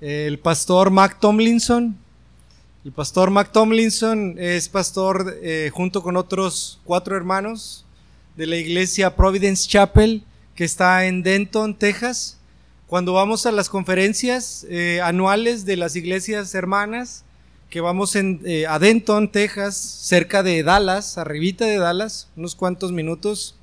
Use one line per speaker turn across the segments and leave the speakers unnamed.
el pastor Mac Tomlinson. El pastor Mac Tomlinson es pastor eh, junto con otros cuatro hermanos de la iglesia Providence Chapel que está en Denton, Texas. Cuando vamos a las conferencias eh, anuales de las iglesias hermanas, que vamos en, eh, a Denton, Texas, cerca de Dallas, arribita de Dallas, unos cuantos minutos.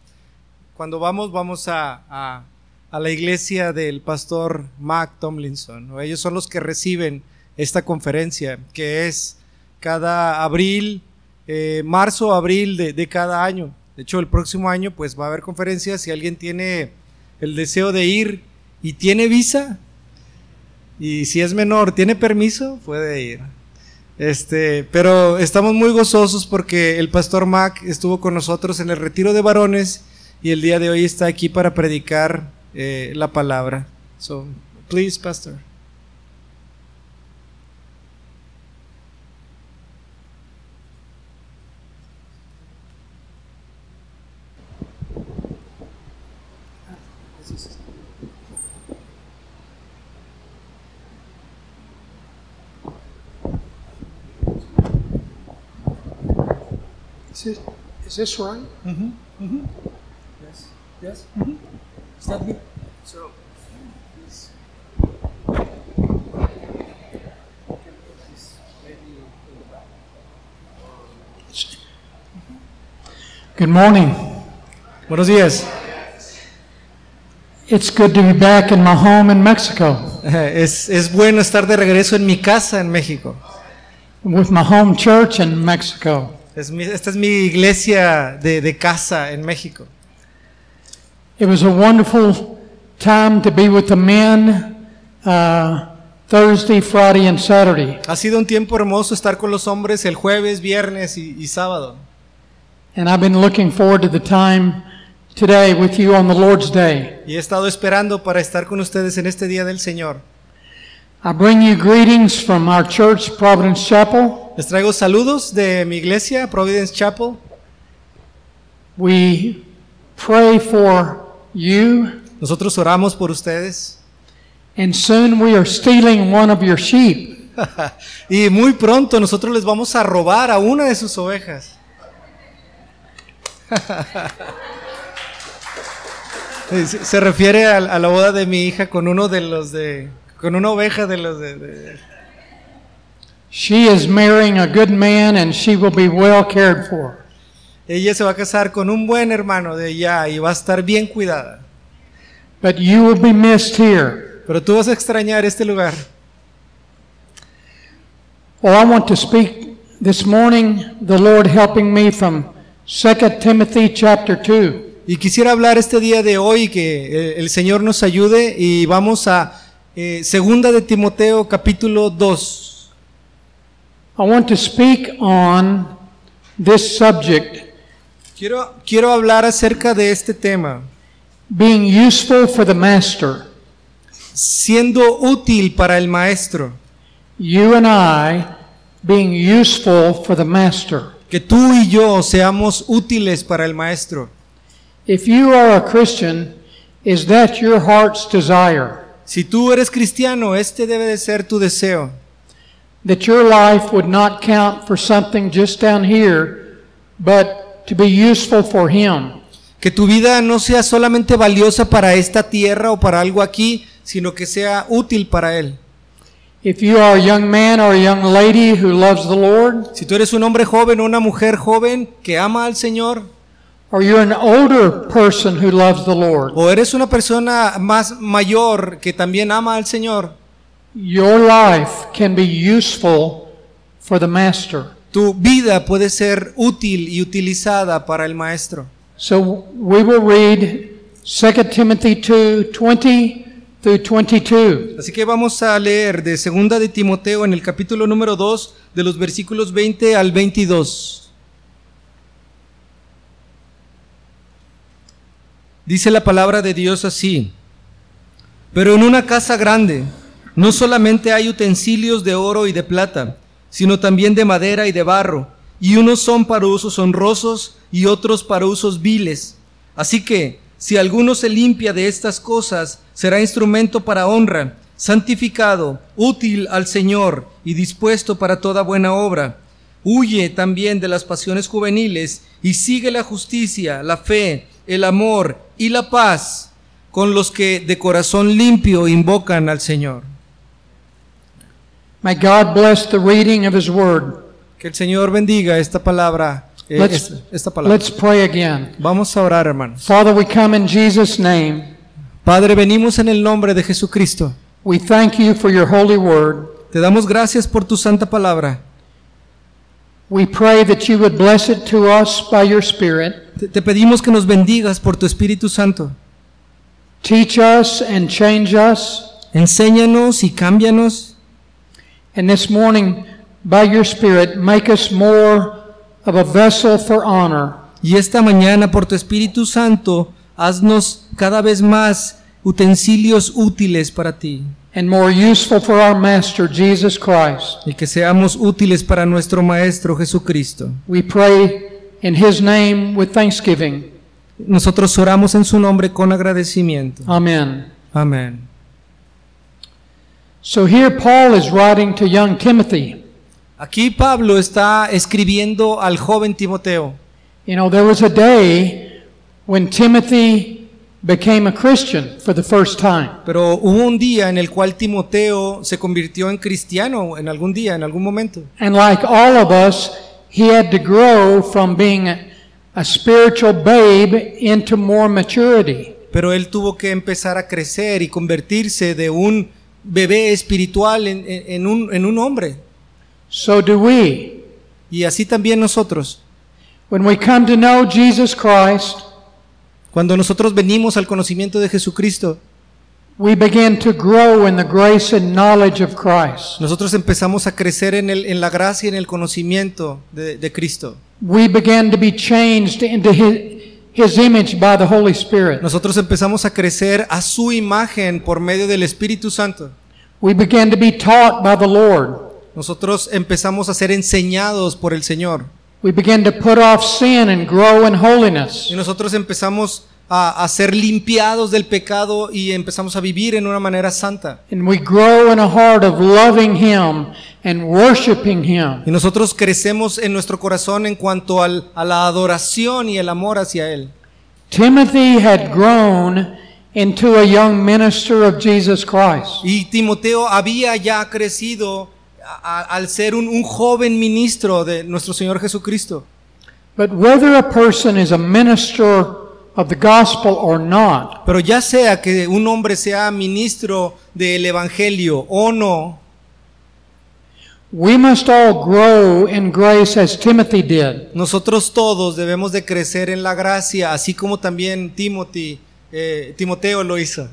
Cuando vamos, vamos a, a, a la iglesia del pastor Mac Tomlinson. ¿no? Ellos son los que reciben esta conferencia, que es cada abril, eh, marzo, abril de, de, cada año. De hecho, el próximo año pues va a haber conferencias. Si alguien tiene el deseo de ir y tiene visa, y si es menor, tiene permiso, puede ir. Este, pero estamos muy gozosos porque el pastor Mac estuvo con nosotros en el retiro de varones y el día de hoy está aquí para predicar eh, la palabra. So, please, pastor.
Is this, is this right?
Mm-hmm. Mm-hmm.
Yes. Yes.
Mm-hmm.
Is that good?
So. This,
Good morning.
Buenos días.
It's good to be back in my home in Mexico
Es, es bueno estar de regreso en mi casa en México.
with my home church in Mexico.
Es mi- esta es mi iglesia de, de casa en México.
It was a wonderful time to be with the men uh, Thursday, Friday, and Saturday.
Ha sido un tiempo hermoso estar con los hombres el jueves, viernes y, y sábado.
And I've been looking forward to the time today with you on the Lord's Day.
Y he estado esperando para estar con ustedes en este día del Señor.
I bring you greetings from our church, Providence Chapel.
Les traigo saludos de mi iglesia, Providence Chapel.
We pray for you,
Nosotros oramos por ustedes.
and soon we are stealing one of your sheep.
y muy pronto nosotros les vamos a robar a una de sus ovejas. Eh, se se refiere a, a la boda de mi hija con uno de los de con una oveja de los de, de-
She is marrying a good man, and she will be well cared for.
ella se va a casar con un buen hermano de ella y va a estar bien cuidada.
But you will be missed here.
Pero tú vas a extrañar este lugar.
Well, Oh, I want to speak this morning, the Lord helping me from 2 Timothy chapter 2.
Y quisiera hablar este día de hoy que eh, el Señor nos ayude y vamos a eh, segunda de Timoteo capítulo 2.
I want to speak on this subject
Quiero, quiero hablar acerca de este tema,
being useful for the master.
siendo útil para el maestro,
You and I being useful for the master.
que tú y yo seamos útiles para el maestro.
If you are a Christian, is that your heart's desire?
Si tú eres cristiano, este debe de ser tu deseo,
That your life would not count for something just down here, but to be useful for Him.
que tu vida no sea solamente valiosa para esta tierra o para algo aquí, sino que sea útil para él.
If you are a young man or a young lady who loves the Lord,
Si tú eres un hombre joven o una mujer joven que ama al Señor,
or you're an older person who loves the Lord,
o eres una persona más mayor que también ama al Señor,
your life can be useful for the master.
Tu vida puede ser útil y utilizada para el maestro.
So we will read 2 Timothy 2 20 through 22.
Así que vamos a leer de Segunda de Timoteo en el capítulo número 2 de los versículos 20 al 22. Dice la palabra de Dios así: Pero en una casa grande no solamente hay utensilios de oro y de plata, sino también de madera y de barro, y unos son para usos honrosos y otros para usos viles. Así que, si alguno se limpia de estas cosas, será instrumento para honra,
santificado, útil al Señor y dispuesto para toda buena obra. Huye también de las pasiones juveniles y sigue la justicia, la fe, el amor y la paz con los que de corazón limpio invocan al Señor.
May God bless the reading of His Word.
Que el Señor bendiga esta palabra. eh,
Let's-
esta- esta palabra.
Let's pray again.
Vamos a orar, hermanos.
Father, we come in Jesus' name.
Padre, venimos en el nombre de Jesucristo.
We thank you for your holy word.
Te damos gracias por tu santa palabra.
We pray that you would bless it to us by your Spirit.
Te, te pedimos que nos bendigas por tu Espíritu Santo.
Teach us and change us.
Enséñanos y cámbianos.
And this morning, by your Spirit, make us more of a vessel for honor.
Y esta mañana, por tu Espíritu Santo, haznos cada vez más utensilios útiles para ti.
and more useful for our Master Jesus Christ.
Y que seamos útiles para nuestro Maestro Jesucristo.
We pray in His name with thanksgiving.
Nosotros oramos en su nombre con agradecimiento.
Amen.
Amén.
So here Paul is writing to young Timothy.
Aquí Pablo está escribiendo al joven Timoteo.
You know, there was a day when Timothy became a Christian for the first time.
Pero hubo un día en el cual Timoteo se convirtió en cristiano, en algún día, en algún momento.
And like all of us, he had to grow from being a spiritual babe into more maturity.
Pero él tuvo que empezar a crecer y convertirse de un bebé espiritual en, en- en un, en un hombre.
So do we.
Y así también nosotros.
When we come to know Jesus Christ,
Cuando nosotros venimos al conocimiento de Jesucristo,
We begin to grow in the grace and knowledge of Christ.
nosotros empezamos a crecer en, el- en la gracia y en el conocimiento de- de Cristo.
We begin to be changed into His, His image by the Holy Spirit.
Nosotros empezamos a crecer a su imagen por medio del Espíritu Santo.
We begin to be taught by the Lord.
Nosotros empezamos a ser enseñados por el Señor.
We begin to put off sin and grow in holiness.
Y nosotros empezamos a, a ser limpiados del pecado y empezamos a vivir en una manera santa.
And we grow in a heart of loving Him and worshiping Him.
Y nosotros crecemos en nuestro corazón en cuanto al- a la adoración y el amor hacia Él.
Timothy had grown into a young minister of Jesus Christ.
Y Timoteo había ya crecido a- a- al ser un- un joven ministro de nuestro Señor Jesucristo.
But whether a person is a minister of the gospel or not,
Pero ya sea que un hombre sea ministro del Evangelio o no,
We must all grow in grace as Timothy did.
nosotros todos debemos de crecer en la gracia, así como también Timothy, eh, Timoteo lo hizo.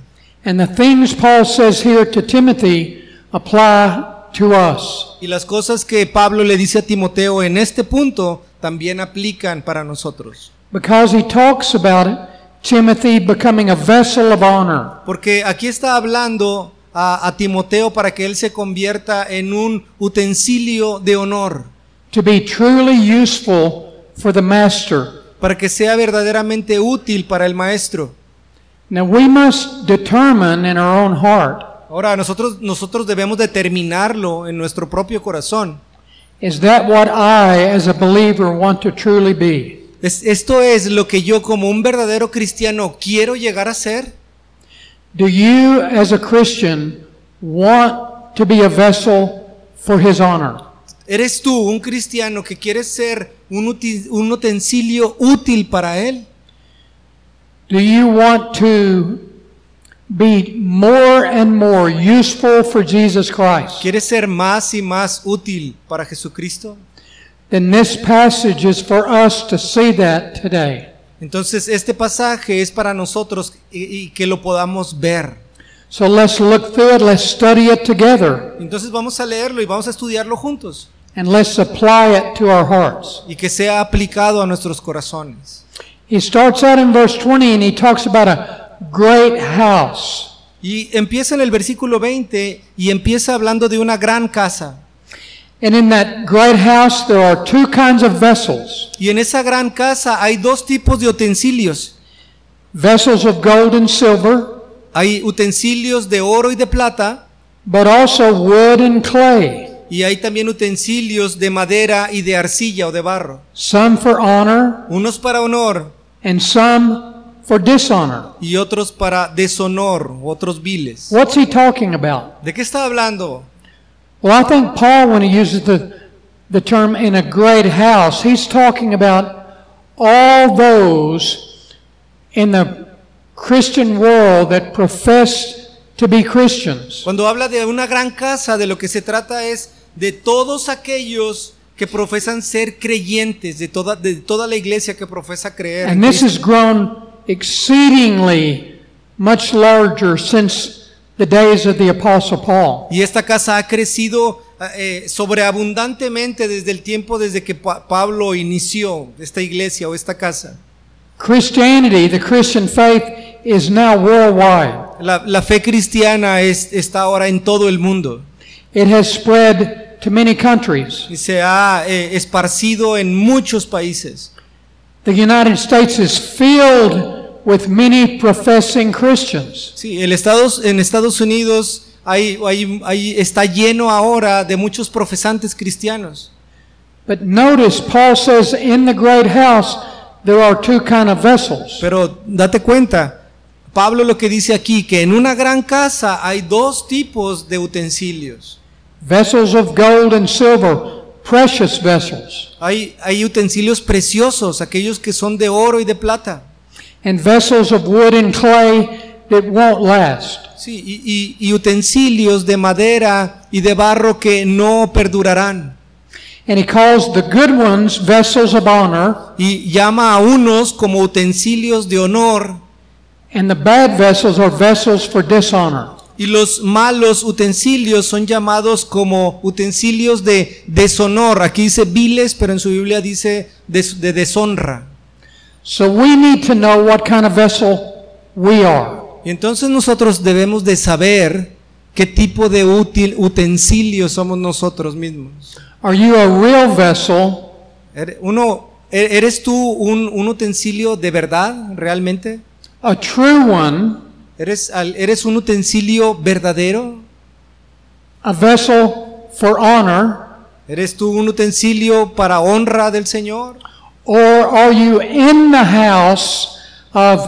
And the things Paul says here to Timothy apply to us.
Y las cosas que Pablo le dice a Timoteo en este punto también aplican para nosotros.
Because he talks about it, Timothy becoming a vessel of honor.
Porque aquí está hablando a, a Timoteo para que él se convierta en un utensilio de honor,
To be truly useful for the master.
para que sea verdaderamente útil para el maestro.
Now we must determine in our own heart,
Ahora, nosotros, nosotros debemos determinarlo en nuestro propio corazón.
is that what I as a believer want to truly be?
Es- esto es lo que yo como un verdadero cristiano quiero llegar a ser.
Do you as a Christian want to be a vessel for his honor?
¿Eres tú un cristiano que quieres ser un, uti- un utensilio útil para Él?
Do you want to be more and more useful for Jesus Christ?
¿Quieres ser más y más útil para Jesucristo?
Then this passage is for us to see that today.
Entonces este pasaje es para nosotros y, y que lo podamos ver.
So let's look through it, let's study it together,
Entonces vamos a leerlo y vamos a estudiarlo juntos
and let's apply it to our hearts.
y que sea aplicado a nuestros corazones.
He starts out in verse 20 and he talks about a great house.
Y empieza en el versículo 20 y empieza hablando de una gran casa.
And in that great house, there are two kinds of vessels
Y en esa gran casa hay dos tipos de utensilios.
vessels of gold and silver,
Hay utensilios de oro y de plata
but also wood and clay,
Y hay también utensilios de madera y de arcilla o de barro.
some for honor
Unos para honor
and some for dishonor.
y otros para deshonor, otros viles.
What's he talking about?
¿De qué está hablando?
Well, I think Paul, when he uses the, the term in a great house, he's talking about all those in the Christian world that profess to be Christians.
Cuando habla de una gran casa, de lo que se trata es de todos aquellos que profesan ser creyentes, de toda, de toda la iglesia que profesa creer. en
And this
Cristo.
has grown exceedingly much larger since the days of the Apostle Paul.
Y esta casa ha crecido eh, sobreabundantemente desde el tiempo desde que Pa- Pablo inició esta iglesia o esta casa.
Christianity, the Christian faith, is now worldwide.
La, la fe cristiana es- está ahora en todo el mundo
It has spread to many countries.
y se ha eh, esparcido en muchos países.
The United States is filled with many professing Christians.
Sí, el Estados, en Estados Unidos hay, hay- hay- está lleno ahora de muchos profesantes cristianos.
But notice Paul says in the great house there are two kind of vessels.
Pero date cuenta, Pablo lo que dice aquí, que en una gran casa hay dos tipos de utensilios.
Vessels of gold and silver, precious vessels,
Hay, hay utensilios preciosos, aquellos que son de oro y de plata.
and vessels of wood and clay that won't last.
Sí, y, y- y utensilios de madera y de barro que no perdurarán.
And he calls the good ones vessels of honor
Y llama a unos como utensilios de honor
and the bad vessels are vessels for dishonor.
y los malos utensilios son llamados como utensilios de deshonor. Aquí dice viles, pero en su Biblia dice des- de deshonra.
So we need to know what kind of vessel we are.
Y entonces nosotros debemos de saber qué tipo de útil, utensilio somos nosotros mismos.
Are you a real vessel
Ere- Uno, e- ¿Eres tú un, un utensilio de verdad realmente?
a true one,
¿Eres, al- ¿Eres un utensilio verdadero?
a vessel for honor,
¿Eres tú un utensilio para honra del Señor?
or are you in the house of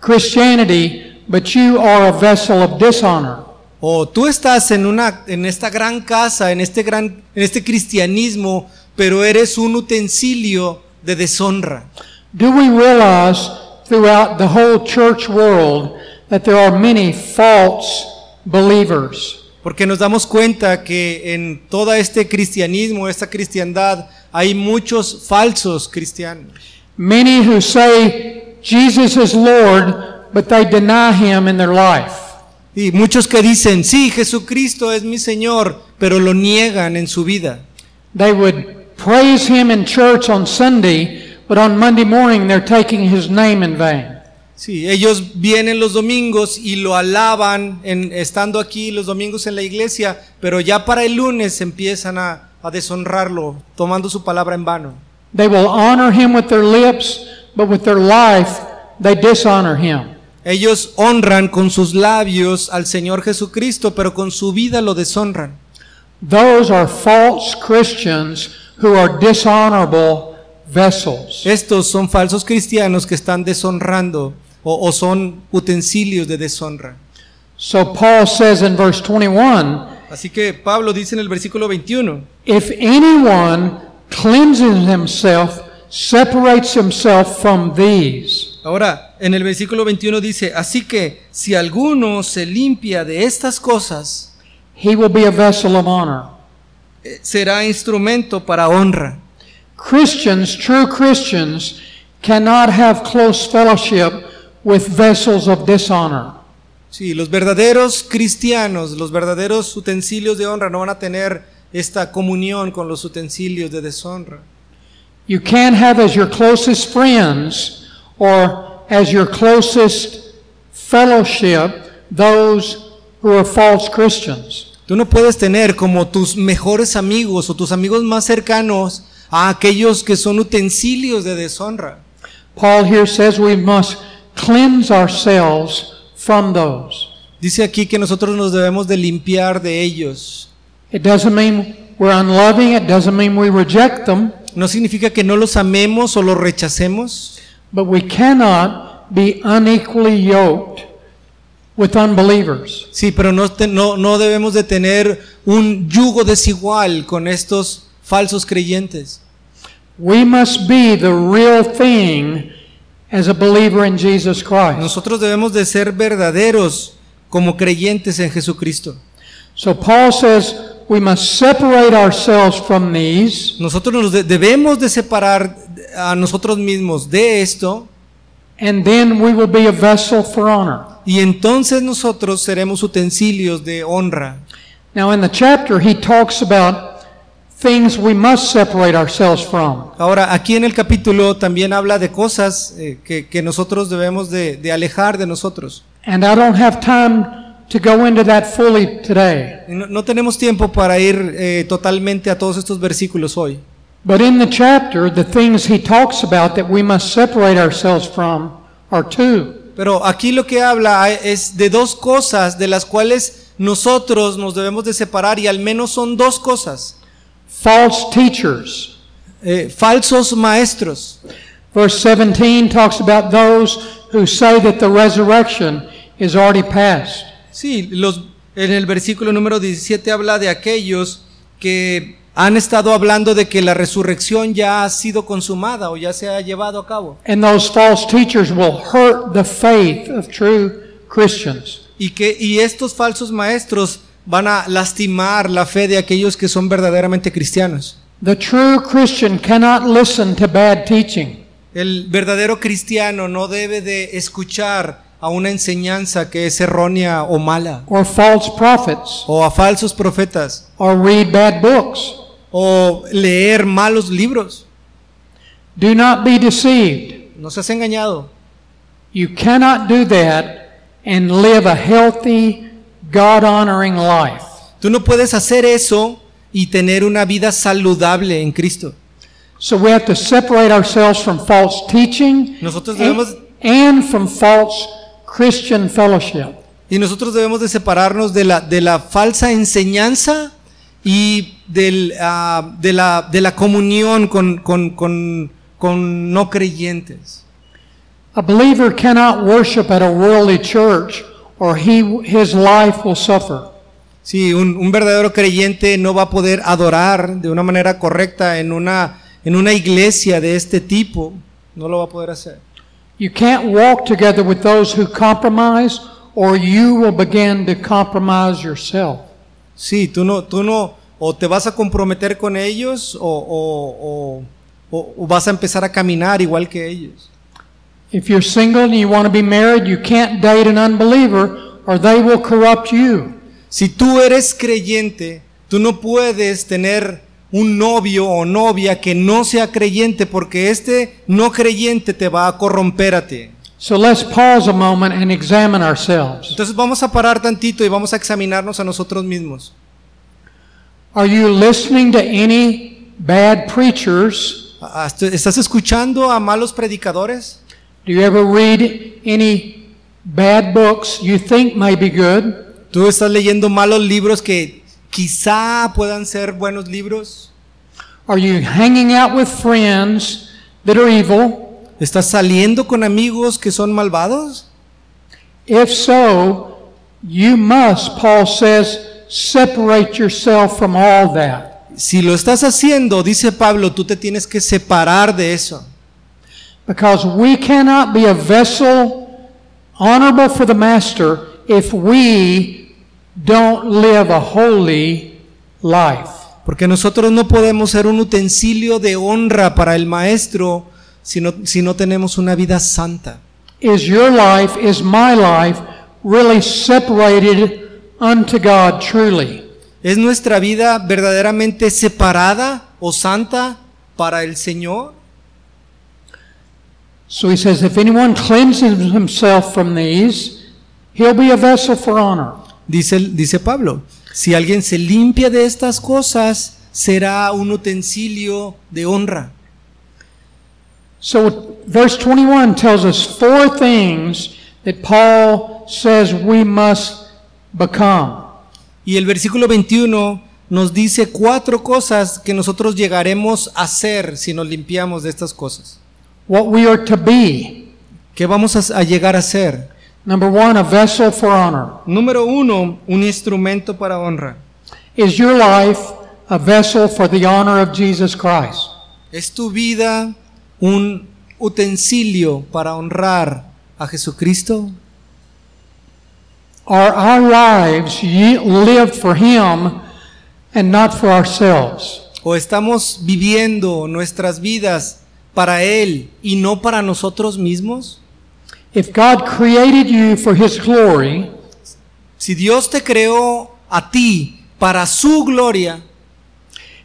Christianity, but you are a vessel of dishonor?
¿O tú estás en, una, en esta gran casa, en este, gran, en este cristianismo, pero eres un utensilio de deshonra?
Do we realize throughout the whole church world that there are many false believers?
Porque nos damos cuenta que en todo este cristianismo, esta cristiandad, hay muchos falsos cristianos.
Many who say Jesus is Lord, but they deny him in their life.
Y muchos que dicen, sí, Jesucristo es mi Señor, pero lo niegan en su vida.
They would praise him in church on Sunday, but on Monday morning they're taking his name in vain.
Sí, ellos vienen los domingos y lo alaban en, estando aquí los domingos en la iglesia, pero ya para el lunes empiezan a, a deshonrarlo, tomando su palabra en vano.
They will honor him with their lips, but with their life they dishonor him.
Ellos honran con sus labios al Señor Jesucristo, pero con su vida lo deshonran.
Those are false Christians who are dishonorable vessels.
Estos son falsos cristianos que están deshonrando o, o son utensilios de deshonra.
So Paul says in verse 21
Así que Pablo dice en el versículo 21,
if anyone cleanses himself, separates himself from these,
ahora en el versículo 21 dice, así que si alguno se limpia de estas cosas,
he will be a vessel of honor.
eh, será instrumento para honra.
Christians, true Christians, cannot have close fellowship with vessels of dishonor.
Sí, los verdaderos cristianos, los verdaderos utensilios de honra no van a tener esta comunión con los utensilios de deshonra.
You can't have as your closest friends or as your closest fellowship those who are false Christians.
Tú no puedes tener como tus mejores amigos o tus amigos más cercanos a aquellos que son utensilios de deshonra.
Paul here says we must cleanse ourselves from those.
Dice aquí que nosotros nos debemos de limpiar de ellos.
It doesn't mean we're unloving, it doesn't mean we reject them,
No significa que no los amemos o los rechacemos,
but we cannot be unequally yoked with unbelievers.
sí, pero no, te- no, no debemos de tener un yugo desigual con estos falsos creyentes.
We must be the real thing as a believer in Jesus Christ.
Nosotros debemos de ser verdaderos como creyentes en Jesucristo.
So Paul says we must separate ourselves from these
Nosotros nos de- debemos de separar a nosotros mismos de esto
and then we will be a vessel for honor.
y entonces nosotros seremos utensilios de honra.
Now in the chapter he talks about things we must separate ourselves from.
Ahora, aquí en el capítulo también habla de cosas eh, que, que nosotros debemos de, de alejar de nosotros.
And I don't have time to go into that fully today.
Y No, no tenemos tiempo para ir eh, totalmente a todos estos versículos hoy,
But in the chapter, the things he talks about that we must separate ourselves from are two.
pero aquí lo que habla eh, es de dos cosas de las cuales nosotros nos debemos de separar y al menos son dos cosas.
False teachers.
Eh, falsos maestros.
Verse 17 talks about those who say that the resurrection is already past.
Sí, los, en el versículo número 17 habla de aquellos que han estado hablando de que la resurrección ya ha sido consumada o ya se ha llevado a cabo.
And those false teachers will hurt the faith of true Christians.
Y que y estos falsos maestros van a lastimar la fe de aquellos que son verdaderamente cristianos.
The true Christian cannot listen to bad teaching.
El verdadero cristiano no debe de escuchar a una enseñanza que es errónea o mala
or false prophets
o a falsos profetas
or read bad books.
o leer malos libros.
Do not be deceived.
No seas engañado.
You cannot do that and live a healthy, God honoring life.
Tú no puedes hacer eso y tener una vida saludable en Cristo.
So we have to separate ourselves from false teaching
Nosotros debemos-
and, and from false Christian fellowship.
Y nosotros debemos de separarnos de la, de la falsa enseñanza y del, ah, de, la, de la comunión con, con- con- con no creyentes.
A believer cannot worship at a worldly church or he, his life will suffer.
Sí, un, un verdadero creyente no va a poder adorar de una manera correcta en una, en una iglesia de este tipo. No lo va a poder hacer.
You can't walk together with those who compromise or you will begin to compromise yourself.
Sí, tú no, tú no, o te vas a comprometer con ellos o, o- o- o- o vas a empezar a caminar igual que ellos.
If you're single and you want to be married, you can't date an unbeliever or they will corrupt you.
Si tú eres creyente, tú no puedes tener un novio o novia que no sea creyente porque este no creyente te va a corromper a ti.
So let's pause a moment and examine ourselves.
Entonces vamos a parar tantito y vamos a examinarnos a nosotros mismos.
Are you listening to any bad preachers?
Ah, ¿est- ¿Estás escuchando a malos predicadores?
Do you ever read any bad books you think may be good?
¿Tú estás leyendo malos libros que quizá puedan ser buenos libros?
Are you hanging out with friends that are evil?
¿Estás saliendo con amigos que son malvados?
If so, you must, Paul says, separate yourself from all that.
Si lo estás haciendo, dice Pablo, tú te tienes que separar de eso.
Because we cannot be a vessel honorable for the master if we don't live a holy life.
Porque nosotros no podemos ser un utensilio de honra para el maestro si no, si no tenemos una vida santa.
Is your life, is my life, really separated unto God truly?
¿Es nuestra vida verdaderamente separada o santa para el Señor?
So he says, if anyone cleanses himself from these, he'll be a vessel for honor.
Dice, dice Pablo, si alguien se limpia de estas cosas, será un utensilio de honra.
So verse 21 tells us four things that Paul says we must become.
Y el versículo 21 nos dice cuatro cosas que nosotros llegaremos a ser si nos limpiamos de estas cosas.
What we are to be.
¿Qué vamos a, a llegar a ser?
Number one, a vessel for honor.
Número uno, un instrumento para honra.
Is your life a vessel for the honor of Jesus Christ?
¿Es tu vida un utensilio para honrar a Jesucristo?
Are our lives ye- lived for Him and not for ourselves?
¿O estamos viviendo nuestras vidas para Él y no para nosotros mismos?
If God created you for His glory,
Si Dios te creó a ti para su gloria,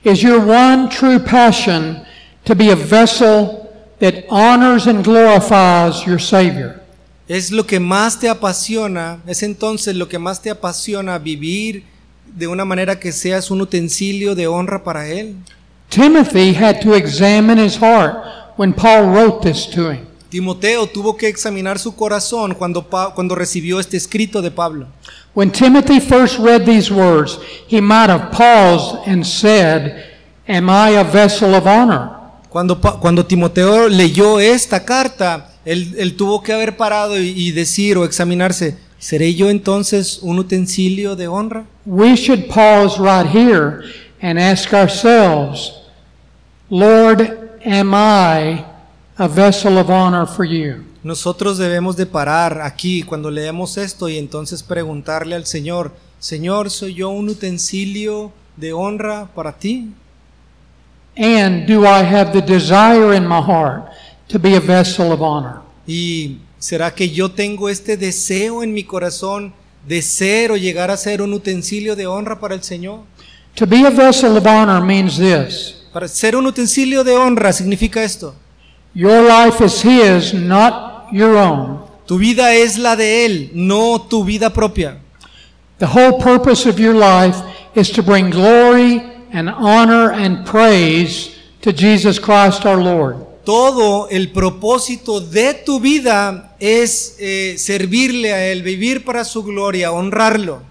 is your one true passion to be a vessel that honors and glorifies your Savior?
es lo que más te apasiona, es entonces lo que más te apasiona vivir de una manera que seas un utensilio de honra para Él.
Timothy had to examine his heart when Paul wrote this to him.
Timoteo tuvo que examinar su corazón cuando, Pa- cuando recibió este escrito de Pablo.
When Timothy first read these words, he might have paused and said, Am I a vessel of honor?
Cuando, Pa- cuando Timoteo leyó esta carta, él, él tuvo que haber parado y, y decir o examinarse, ¿seré yo entonces un utensilio de honra?
We should pause right here and ask ourselves, Lord, am I a vessel of honor for you?
Nosotros debemos de parar aquí cuando leemos esto y entonces preguntarle al Señor, Señor, ¿soy yo un utensilio de honra para ti?
And do I have the desire in my heart to be a vessel of honor?
¿Y será que yo tengo este deseo en mi corazón de ser o llegar a ser un utensilio de honra para el Señor?
To be a vessel of honor means this
Para ser un utensilio de honra significa esto.
your life is His, not your own.
Tu vida es la de Él, no tu vida propia.
The whole purpose of your life is to bring glory and honor and praise to Jesus Christ our Lord.
Todo el propósito de tu vida es eh, servirle a Él, vivir para su gloria, honrarlo.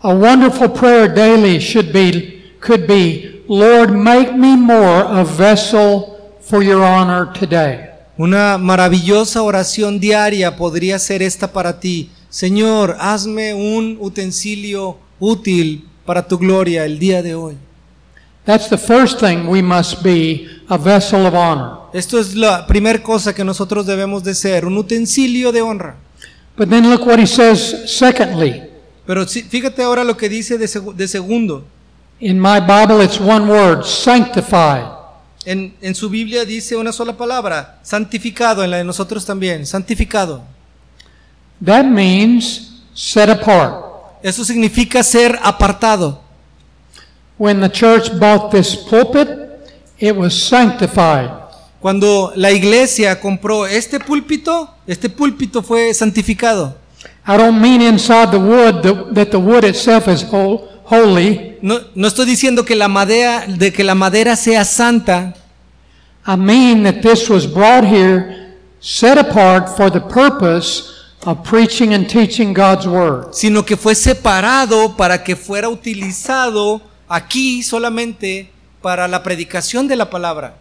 A wonderful prayer daily should be could be, Lord, make me more a vessel for your honor today.
Una maravillosa oración diaria podría ser esta para ti. Señor, hazme un utensilio útil para tu gloria el día de hoy.
That's the first thing we must be, a vessel of honor.
Esto es la primera cosa que nosotros debemos de ser, un utensilio de honra.
But then look what he says secondly.
Pero sí- fíjate ahora lo que dice de, segu- de segundo.
In my Bible it's one word, sanctified.
En, en su Biblia dice una sola palabra, santificado, en la de nosotros también, santificado.
That means set apart.
Eso significa ser apartado.
When the church bought this pulpit, it was sanctified.
Cuando la iglesia compró este púlpito, este púlpito fue santificado.
I don't mean inside the wood that, that the wood itself is hol- holy.
No, no estoy diciendo que la madera, de que la madera sea santa,
I mean that this was brought here, set apart for the purpose of preaching and teaching God's Word.
sino que fue separado para que fuera utilizado aquí solamente para la predicación de la palabra.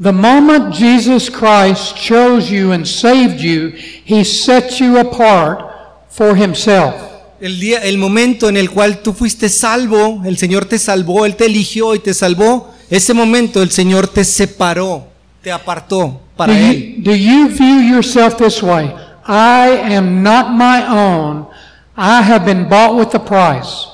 The moment Jesus Christ chose you and saved you, He set you apart for Himself.
El día, el momento en el cual tú fuiste salvo, el Señor te salvó, Él te eligió y te salvó. Ese momento el Señor te separó, te apartó para
do,
Él.
you, do you view yourself this way? I am not my own. I have been bought with a price.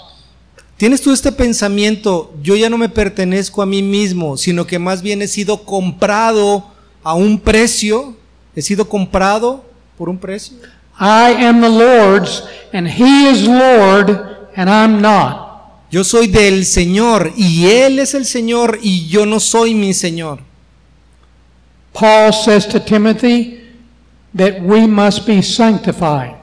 ¿Tienes tú este pensamiento? Yo ya no me pertenezco a mí mismo, sino que más bien he sido comprado a un precio. He sido comprado por un precio.
I am the Lord's, and He is Lord, and I'm not.
Yo soy del Señor y Él es el Señor y yo no soy mi Señor.
Paul says to Timothy that we must be sanctified.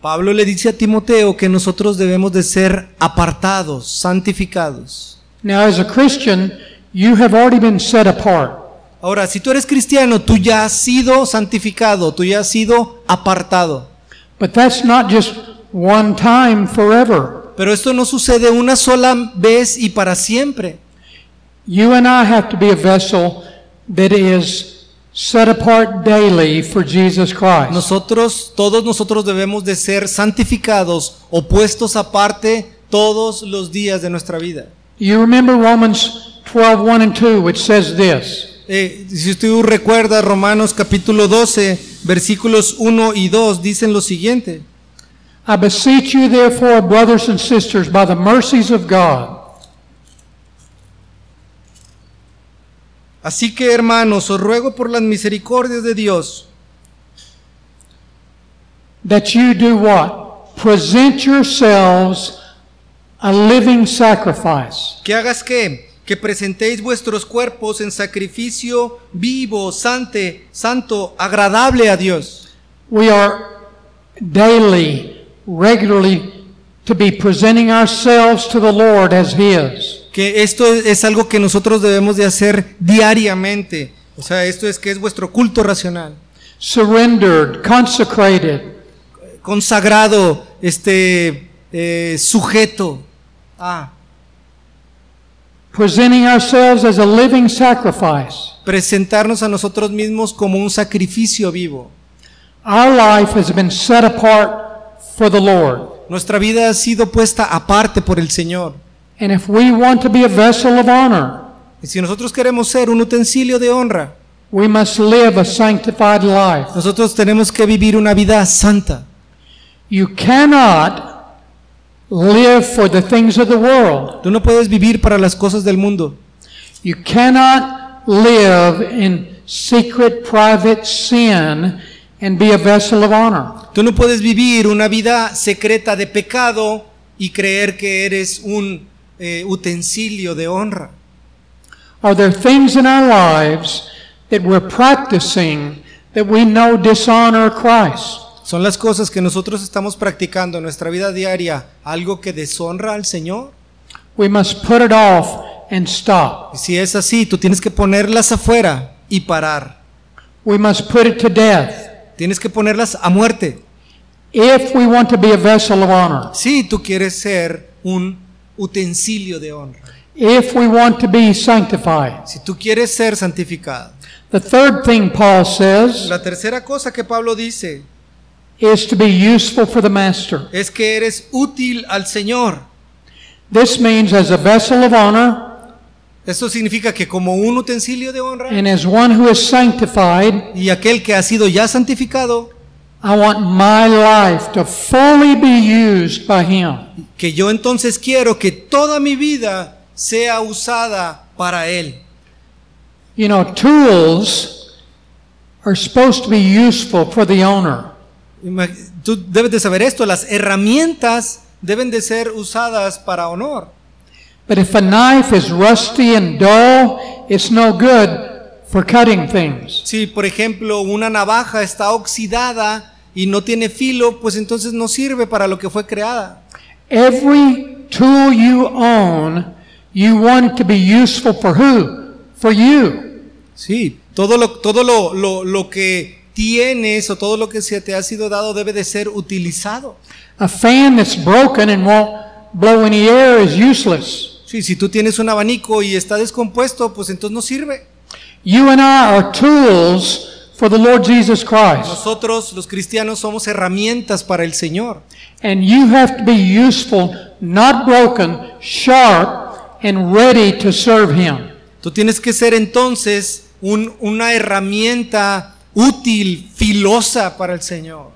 Pablo le dice a Timoteo que nosotros debemos de ser apartados, santificados.
Now, as a Christian, you have already been set apart.
Ahora, si tú eres cristiano, tú ya has sido santificado, tú ya has sido apartado.
But that's not just one time forever.
Pero esto no sucede una sola vez y para siempre.
You and I have to be a vessel that is set apart daily for Jesus Christ.
Nosotros, todos nosotros debemos de ser santificados o puestos aparte todos los días de nuestra vida.
You remember Romans 12, 1 and 2, which says this
Eh, si usted recuerda Romanos capítulo 12, versículos 1 y 2 dicen lo siguiente.
I beseech you, therefore, brothers and sisters, by the mercies of God,
Así que hermanos, os ruego por las misericordias de Dios
that you do what? Present yourselves a living sacrifice.
¿Que hagas qué? Que presentéis vuestros cuerpos en sacrificio vivo, sante, santo, agradable a Dios.
We are daily, regularly to be presenting ourselves to the Lord as He is.
Que esto es, es algo que nosotros debemos de hacer diariamente. O sea, esto es que es vuestro culto racional.
Surrendered, consecrated,
Consagrado, este, eh, sujeto. Ah,
presenting ourselves as a living sacrifice.
presentarnos a nosotros mismos como un sacrificio vivo.
Our life has been set apart for the Lord.
Nuestra vida ha sido puesta aparte por el Señor.
And if we want to be a vessel of honor,
Y si nosotros queremos ser un utensilio de honra,
we must live a sanctified life.
Nosotros tenemos que vivir una vida santa.
You cannot live for the things of the world.
Tú no puedes vivir para las cosas del mundo.
You cannot live in secret, private sin and be a vessel of honor.
Tú no puedes vivir una vida secreta de pecado y creer que eres un eh, utensilio de honra.
Are there things in our lives that we're practicing that we know dishonor Christ?
Son las cosas que nosotros estamos practicando en nuestra vida diaria, algo que deshonra al Señor.
We must put it off and stop.
Y si es así, tú tienes que ponerlas afuera y parar.
We must put it to death
Tienes que ponerlas a muerte.
if we want to be a vessel of honor.
Si tú quieres ser un utensilio de honra,
If we want to be sanctified.
si tú quieres ser santificado.
The third thing Paul says
La tercera cosa que Pablo dice
is to be useful for the master.
es que eres útil al Señor.
This means as a vessel of honor
Esto significa que como un utensilio de honra
and as one who is sanctified,
y aquel que ha sido ya santificado,
I want my life to fully be used by him.
que yo entonces quiero que toda mi vida sea usada para Él.
You know, tools are supposed to be useful for the owner.
Ima- Tú debes de saber esto, las herramientas deben de ser usadas para honor.
But if a knife is rusty and dull, it's no good for cutting things.
Si, por ejemplo, una navaja está oxidada y no tiene filo, pues entonces no sirve para lo que fue creada.
Every tool you own, you want it to be useful for who? For you.
Sí, todo lo, todo lo, lo, lo que tienes o todo lo que se te ha sido dado debe de ser utilizado.
A fan that's broken and won't blow any air is useless.
Sí, si tú tienes un abanico y está descompuesto, pues entonces no sirve.
You and I are tools for the Lord Jesus Christ.
Nosotros los cristianos somos herramientas para el Señor.
And you have to be useful, not broken, sharp, and ready to serve Him.
Tú tienes que ser entonces un- una herramienta útil, filosa para el Señor.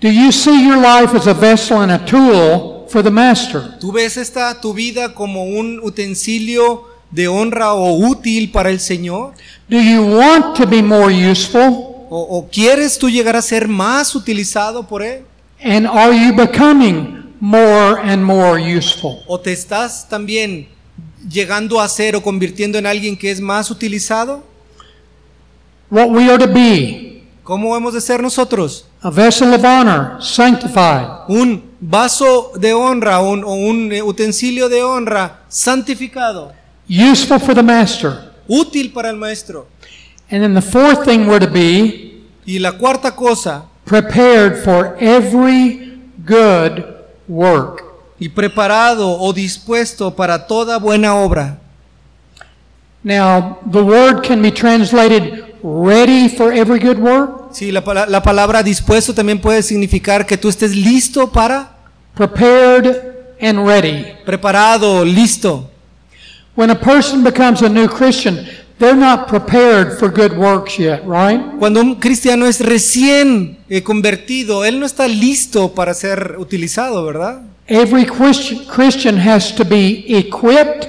Do you see your life as a vessel and a tool for the Master?
Tú ves esta tu vida como un utensilio de honra o útil para el Señor.
Do you want to be more useful?
¿O, o quieres tú llegar a ser más utilizado por Él?
And are you becoming more and more useful?
¿O te estás también llegando a ser o convirtiendo en alguien que es más utilizado?
What we are to be
¿Cómo hemos de ser nosotros?
a vessel of honor, sanctified,
Un vaso de honra un- o un eh, utensilio de honra santificado,
useful for the Master.
útil para el maestro.
And then the fourth thing we're to be
Y la cuarta cosa,
prepared for every good work.
y preparado o dispuesto para toda buena obra.
Now, the word can be translated ready for every good work,
Sí, la, pala- la palabra dispuesto también puede significar que tú estés listo para,
prepared and ready.
preparado, listo.
When a person becomes a new Christian, they're not prepared for good works yet, right?
Cuando un cristiano es recién eh, convertido, él no está listo para ser utilizado, ¿verdad?
Every Christian, Christian has to be equipped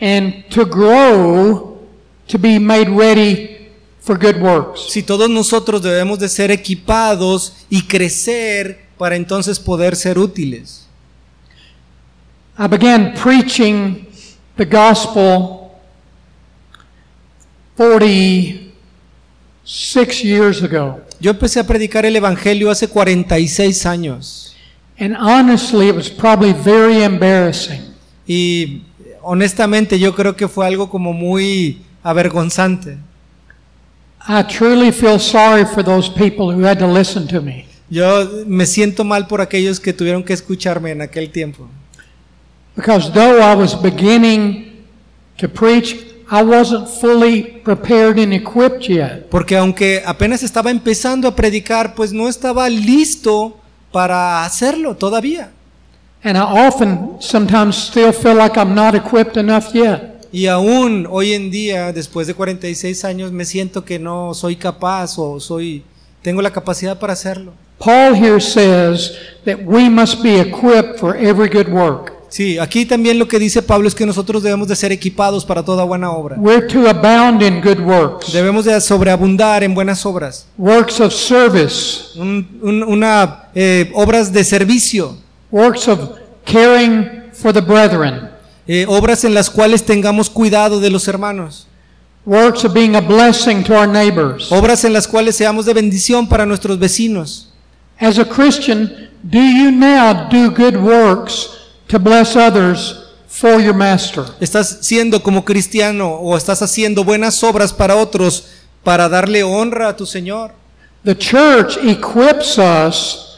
and to grow to be made ready for good works.
Si todos nosotros debemos de ser equipados y crecer para entonces poder ser útiles.
I began preaching the gospel 46 years ago.
Yo empecé a predicar el Evangelio hace 46 años
And honestly, it was probably very embarrassing.
y eh, honestamente yo creo que fue algo como muy avergonzante.
I truly feel sorry for those people who had to listen to me.
Yo me siento mal por aquellos que tuvieron que escucharme en aquel tiempo.
Because though I was beginning to preach, I wasn't fully prepared and equipped yet.
Porque aunque apenas estaba empezando a predicar, pues no estaba listo para hacerlo todavía.
And I often, sometimes, still feel like I'm not equipped enough yet.
Y aún hoy en día, después de 46 años, me siento que no soy capaz o soy tengo la capacidad para hacerlo.
Paul here says that we must be equipped for every good work.
Sí, aquí también lo que dice Pablo es que nosotros debemos de ser equipados para toda buena obra.
We're to abound in good works,
Debemos de sobreabundar en buenas obras,
works of service,
Un- un- una, eh, obras de servicio,
works of caring for the brethren,
eh, obras en las cuales tengamos cuidado de los hermanos,
works of being a blessing to our neighbors.
obras en las cuales seamos de bendición para nuestros vecinos.
As a Christian, do you now do good works to bless others for your master?
¿Estás siendo como cristiano o estás haciendo buenas obras para otros para darle honra a tu Señor?
The church equips us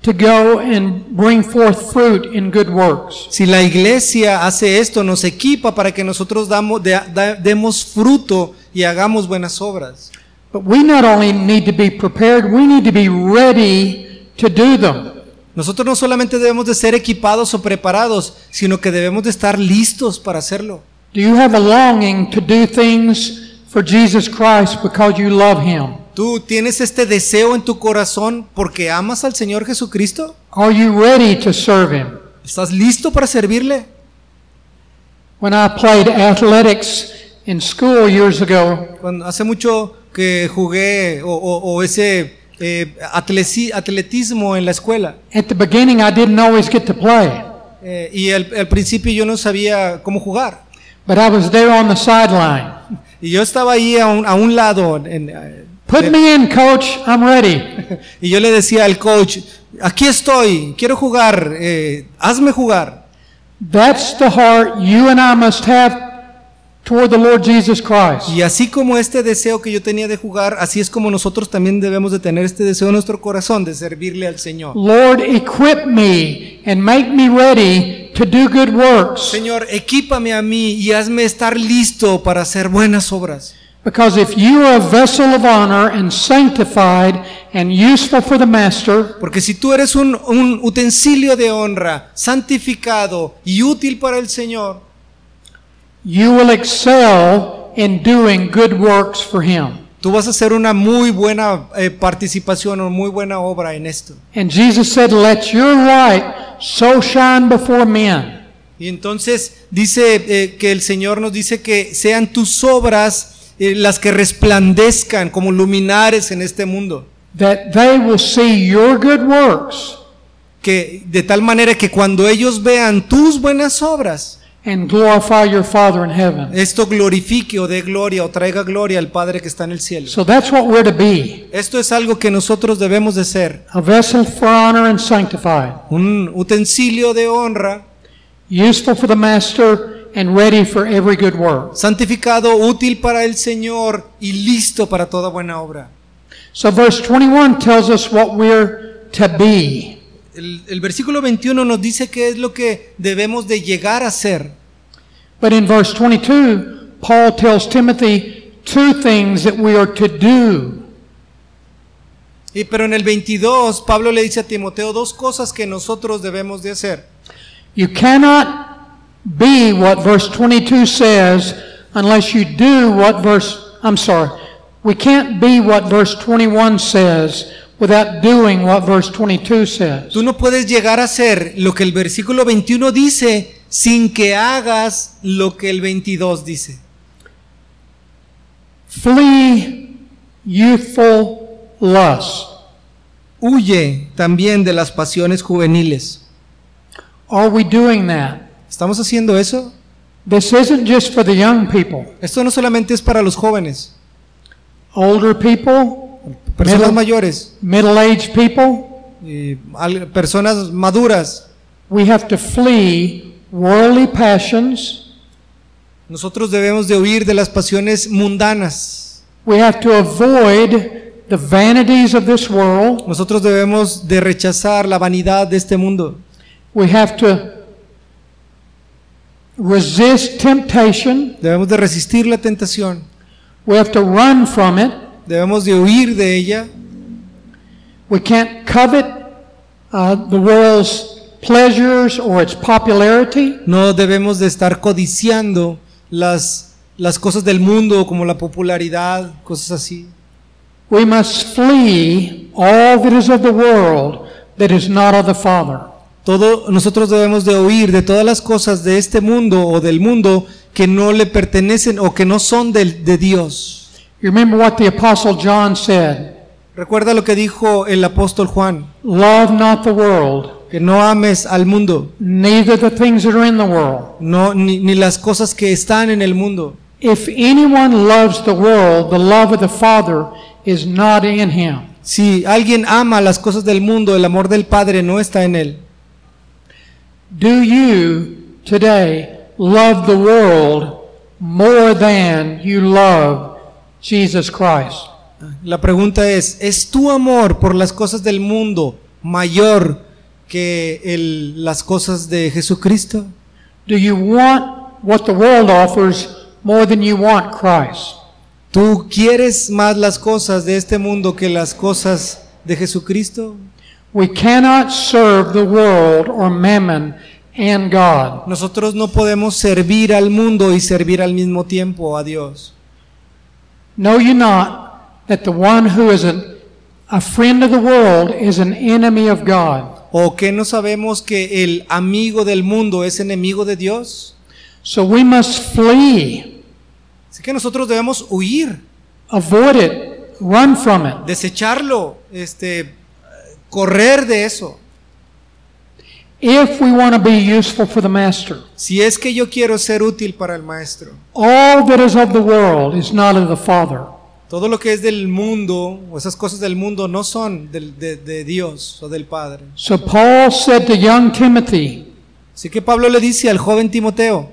to go and bring forth fruit in good works.
Si la iglesia hace esto, nos equipa para que nosotros damos, de- da- demos fruto y hagamos buenas obras.
But we not only need to be prepared, we need to be ready to do them.
Nosotros no solamente debemos de ser equipados o preparados, sino que debemos de estar listos para hacerlo.
Do you have a longing to do things for Jesus Christ because you love him?
¿Tú tienes este deseo en tu corazón porque amas al Señor Jesucristo?
Are you ready to serve him?
¿Estás listo para servirle?
When I played athletics in school years ago,
Cuando- hace mucho que jugué o, o- o ese eh, atleci- atletismo en la escuela.
At the beginning, I didn't always get to play,
eh, y al- al principio yo no sabía cómo jugar.
but I was there on the sideline.
Y yo estaba ahí a un, a un lado. en- eh,
Put me in, coach. I'm ready.
y yo le decía al coach, aquí estoy, quiero jugar, eh, hazme jugar.
That's the heart you and I must have toward the Lord Jesus Christ.
Y así como este deseo que yo tenía de jugar, así es como nosotros también debemos de tener este deseo en nuestro corazón de servirle al Señor.
Lord, equip me and make me ready to do good works.
Señor, equípame a mí y hazme estar listo para hacer buenas obras.
Because if you are a vessel of honor and sanctified and useful for the Master,
Porque si tú eres un, un utensilio de honra, santificado y útil para el Señor,
you will excel in doing good works for Him.
tú vas a hacer una muy buena eh, participación o muy buena obra en esto.
And Jesus said, Let your light so shine before men
Y entonces dice eh, que el Señor nos dice que sean tus obras eh, las que resplandezcan como luminares en este mundo,
that they will see your good works
que de tal manera que cuando ellos vean tus buenas obras,
and glorify your Father in heaven.
esto glorifique o dé gloria o traiga gloria al Padre que está en el cielo.
So that's what we're to be
Esto es algo que nosotros debemos de ser,
a vessel for honor and sanctified,
un utensilio de honra,
useful for the Master, and ready for every good work.
santificado, útil para el Señor y listo para toda buena obra.
So verse 21 tells us what we're to be.
El, el versículo 21 nos dice qué es lo que debemos de llegar a ser.
But in verse 22, Paul tells Timothy two things that we are to do.
Y, pero en el 22, Pablo le dice a Timoteo dos cosas que nosotros debemos de hacer.
You cannot be what verse 22 says unless you do what verse, I'm sorry, we can't be what verse 21 says without doing what verse 22 says.
Tú no puedes llegar a ser lo que el versículo 21 dice sin que hagas lo que el 22 dice.
Flee youthful lust.
Huye también de las pasiones juveniles.
Are we doing that?
¿Estamos haciendo eso?
This isn't just for the young people.
Esto no solamente es para los jóvenes,
Older people,
personas
Middle-
mayores,
middle-aged people,
eh, al- personas maduras.
we have to flee worldly passions.
Nosotros debemos de huir de las pasiones mundanas.
We have to avoid the vanities of this world.
Nosotros debemos de rechazar la vanidad de este mundo.
We have to resist temptation.
Debemos de resistir la tentación.
We have to run from it.
Debemos de huir de ella.
We can't covet uh, the world's pleasures or its popularity.
No debemos de estar codiciando las, las cosas del mundo como la popularidad, cosas así.
We must flee all that is of the world that is not of the Father.
Todo, nosotros debemos de huir de todas las cosas de este mundo o del mundo que no le pertenecen o que no son del- de Dios.
You remember what the Apostle John said
Recuerda lo que dijo el apóstol Juan,
Love not the world,
que no ames al mundo,
neither the things that are in the world.
no, ni, ni las cosas que están en el mundo.
If anyone loves the world, the love of the Father is not in him.
Si alguien ama las cosas del mundo, el amor del Padre no está en él.
Do you today love the world more than you love Jesus Christ?
La pregunta es, ¿es tu amor por las cosas del mundo mayor que el- las cosas de Jesucristo?
Do you want what the world offers more than you want Christ?
¿Tú quieres más las cosas de este mundo que las cosas de Jesucristo?
We cannot serve the world or mammon and God.
Nosotros no podemos servir al mundo y servir al mismo tiempo a Dios.
Know you not that the one who is an, a friend of the world is an enemy of God?
¿O que no sabemos que el amigo del mundo es enemigo de Dios?
So we must flee,
Así que nosotros debemos huir,
avoid it, run from it.
desecharlo, este, correr de eso.
If we want to be useful for the master,
Si es que yo quiero ser útil para el maestro,
all that is of the world is not of the Father.
todo lo que es del mundo o esas cosas del mundo no son del- de, de Dios o del Padre.
So Paul said to young Timothy,
Así que Pablo le dice al joven Timoteo,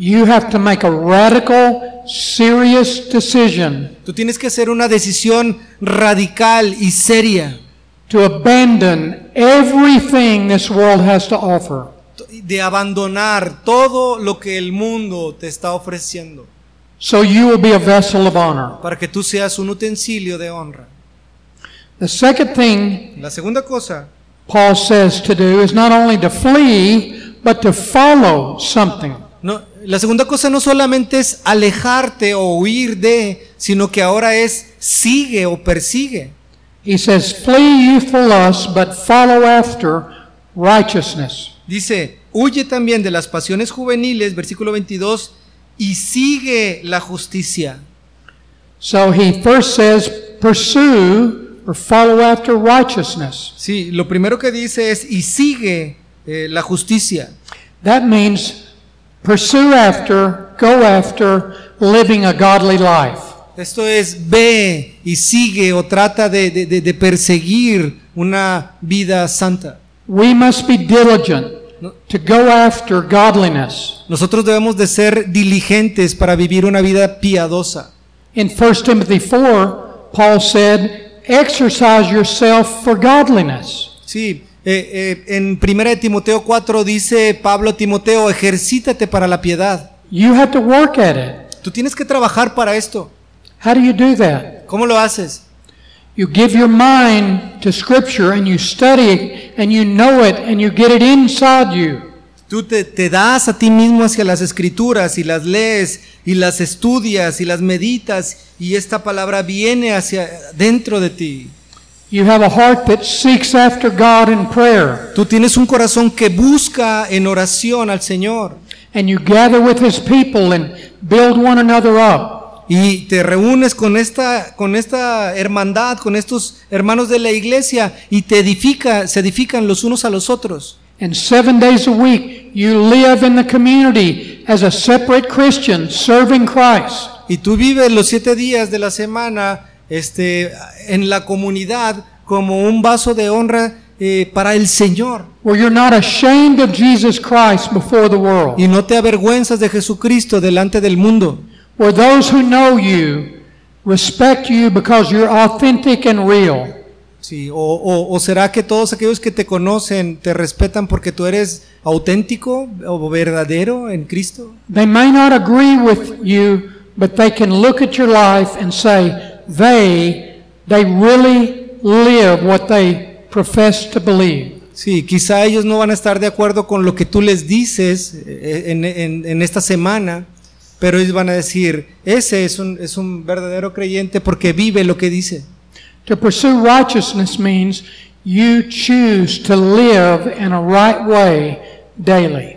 You have to make a radical, serious decision
tú tienes que hacer una decisión radical y seria
to abandon everything this world has to offer
t- de abandonar todo lo que el mundo te está ofreciendo
so you will be a vessel of honor.
para que tú seas un utensilio de honra.
The second thing
La segunda cosa
Paul says to do is not only to flee, but to follow something.
No, la segunda cosa no solamente es alejarte o huir de, sino que ahora es sigue o persigue.
He says, Flee youthful lust, but follow after righteousness.
Dice, huye también de las pasiones juveniles, versículo 22, y sigue la justicia.
So he first says, Pursue or follow after righteousness.
Sí, lo primero que dice es, y sigue eh, la justicia.
That means pursue after, go after living a godly life.
Esto es, ve y sigue o trata de, de- de- de perseguir una vida santa.
We must be diligent to go after godliness.
Nosotros debemos de ser diligentes para vivir una vida piadosa.
In 1 Timothy 4, Paul said, Exercise yourself for godliness.
Sí, Eh, eh, en 1 de Timoteo 4 dice Pablo a Timoteo, ejercítate para la piedad.
You have to work at it.
Tú tienes que trabajar para esto.
How do you do that?
¿Cómo lo haces?
You give your mind to Scripture and you study it and you know it and you get it inside you.
Tú te, te das a ti mismo hacia las escrituras y las lees y las estudias y las meditas y esta palabra viene hacia dentro de ti.
You have a heart that seeks after God in prayer
Tú tienes un corazón que busca en oración al Señor
and you gather with His people and build one another up.
y te reúnes con esta, con esta hermandad, con estos hermanos de la iglesia y te edifica, se edifican los unos a los otros.
And seven days a week, you live in the community as a separate Christian serving Christ.
Y tú vives los siete días de la semana este, en la comunidad como un vaso de honra eh, para el Señor.
where you're not ashamed of Jesus Christ before the world,
Y no te avergüenzas de Jesucristo delante del mundo.
where those who know you respect you because you're authentic and real.
Sí, o, o- o será que todos aquellos que te conocen te respetan porque tú eres auténtico o verdadero en Cristo?
They may not agree with you, but they can look at your life and say they they really live what they profess to believe.
Sí, quizá ellos no van a estar de acuerdo con lo que tú les dices eh, en, en- en esta semana, pero ellos van a decir, ese es un, es un verdadero creyente porque vive lo que dice.
To pursue righteousness means you choose to live in a right way daily.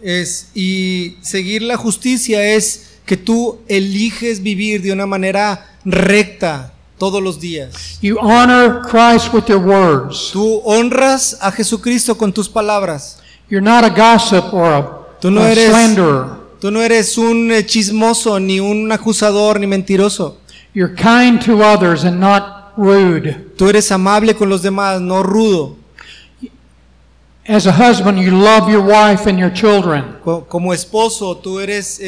Es, y seguir la justicia es que tú eliges vivir de una manera recta todos los días.
You honor Christ with your words.
Tú honras a Jesucristo con tus palabras.
You're not a gossip or a,
Tú no
a
eres-
slanderer.
Tú no eres un eh, chismoso, ni un acusador, ni mentiroso.
You're kind to others and not rude.
Tú eres amable con los demás, no rudo.
As a husband, you love your wife and your children.
Co- Como esposo, tú eres, eh,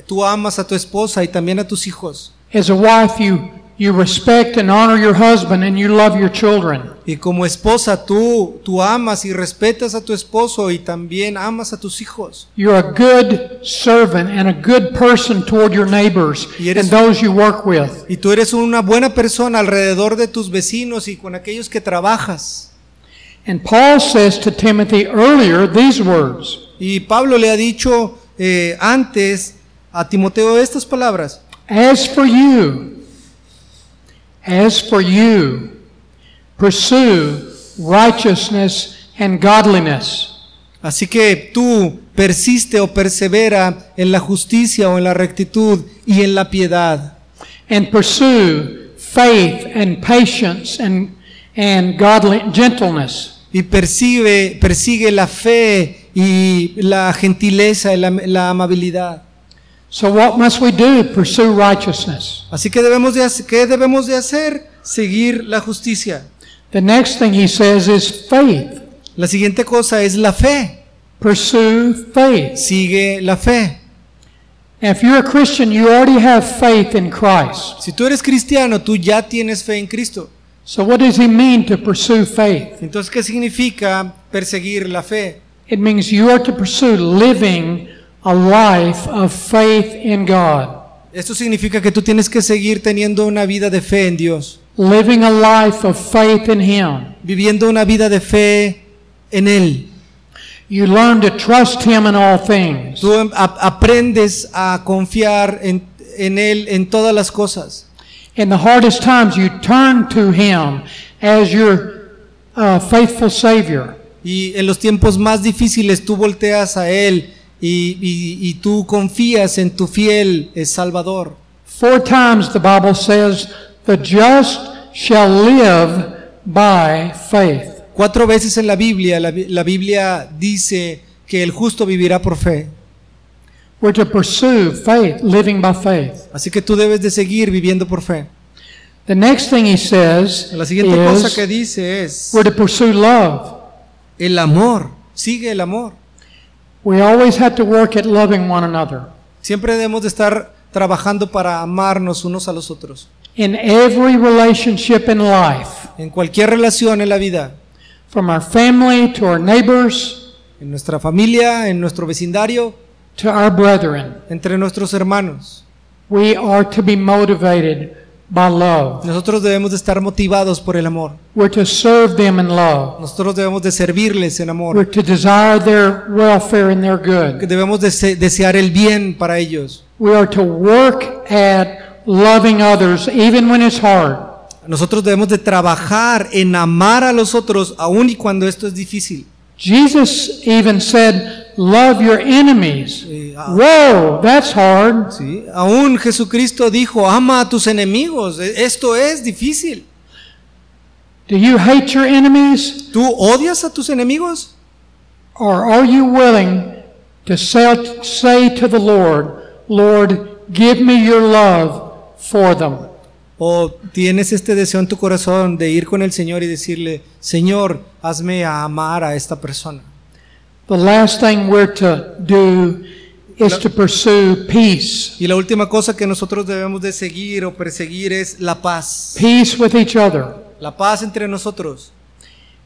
eh, tú amas a tu esposa y también a tus hijos.
As a wife, you, you respect and honor your husband and you love your children.
Y como esposa, tú, tú amas y respetas a tu esposo y también amas a tus hijos.
You're a good servant and a good person toward your neighbors
Y eres-
and those you work with.
Y tú eres una buena persona alrededor de tus vecinos y con aquellos que trabajas.
And Paul says to Timothy earlier these words
Y Pablo le ha dicho eh, antes a Timoteo estas palabras.
As for you, as for you, pursue righteousness and godliness.
Así que tú persiste o persevera en la justicia o en la rectitud y en la piedad.
and pursue faith and patience and and godly gentleness.
Y percibe, persigue la fe y la gentileza y la, la amabilidad.
So what must we do? Pursue righteousness.
Así que debemos de, hac- ¿qué debemos de hacer? Seguir la justicia.
The next thing he says is faith.
La siguiente cosa es la fe.
Pursue faith.
Sigue la fe.
Now, if you're a Christian, you already have faith in Christ.
Si tú eres cristiano, tú ya tienes fe en Cristo.
So what does he mean to pursue faith?
Entonces, ¿qué significa perseguir la fe?
It means you are to pursue living a life of faith in God,
Esto significa que tú tienes que seguir teniendo una vida de fe en Dios.
living a life of faith in him.
viviendo una vida de fe en Él.
You learn to trust him in all things.
Tú em- a- aprendes a confiar en, en Él en todas las cosas.
In the hardest times, you turn to Him as your uh, faithful Savior.
Y en los tiempos más difíciles tú volteas a Él y, y- y tú confías en tu fiel eh, Salvador.
Four times the Bible says, the just shall live by faith.
Cuatro veces en la Biblia, la, Bi- la Biblia dice que el justo vivirá por fe.
We're to pursue faith, living by faith.
Así que tú debes de seguir viviendo por fe.
The next thing he says
La siguiente cosa
is,
que dice es
we're to pursue love.
el amor. Sigue el amor.
We always have to work at loving one another.
Siempre debemos de estar trabajando para amarnos unos a los otros.
In every relationship in life,
En cualquier relación en la vida.
from our family to our neighbors
en nuestra familia, en nuestro vecindario,
to our brethren.
entre nuestros hermanos.
We are to be motivated by love.
Nosotros debemos de estar motivados por el amor.
We're to serve them in love.
Nosotros debemos de servirles en
We're
amor.
to desire their welfare and their
Que
good.
Debemos dese- desear el bien para ellos.
We are to work at loving others even when it's hard.
Nosotros debemos de trabajar en amar a los otros aun y cuando esto es difícil.
Jesus even said, Love your enemies.
Yeah.
Whoa, that's hard.
¿sí? Aún Jesucristo dijo, ama a tus enemigos. E- Esto es difícil.
Do you hate your enemies?
¿Tú odias a tus enemigos?
Or are you willing to say, say to the Lord, Lord, give me your love for them?
¿O tienes este deseo en tu corazón de ir con el Señor y decirle, Señor, hazme a amar a esta persona?
The last thing we're to do is to pursue peace.
Y la última cosa que nosotros debemos de seguir o perseguir es la paz.
Peace with each other.
La paz entre nosotros.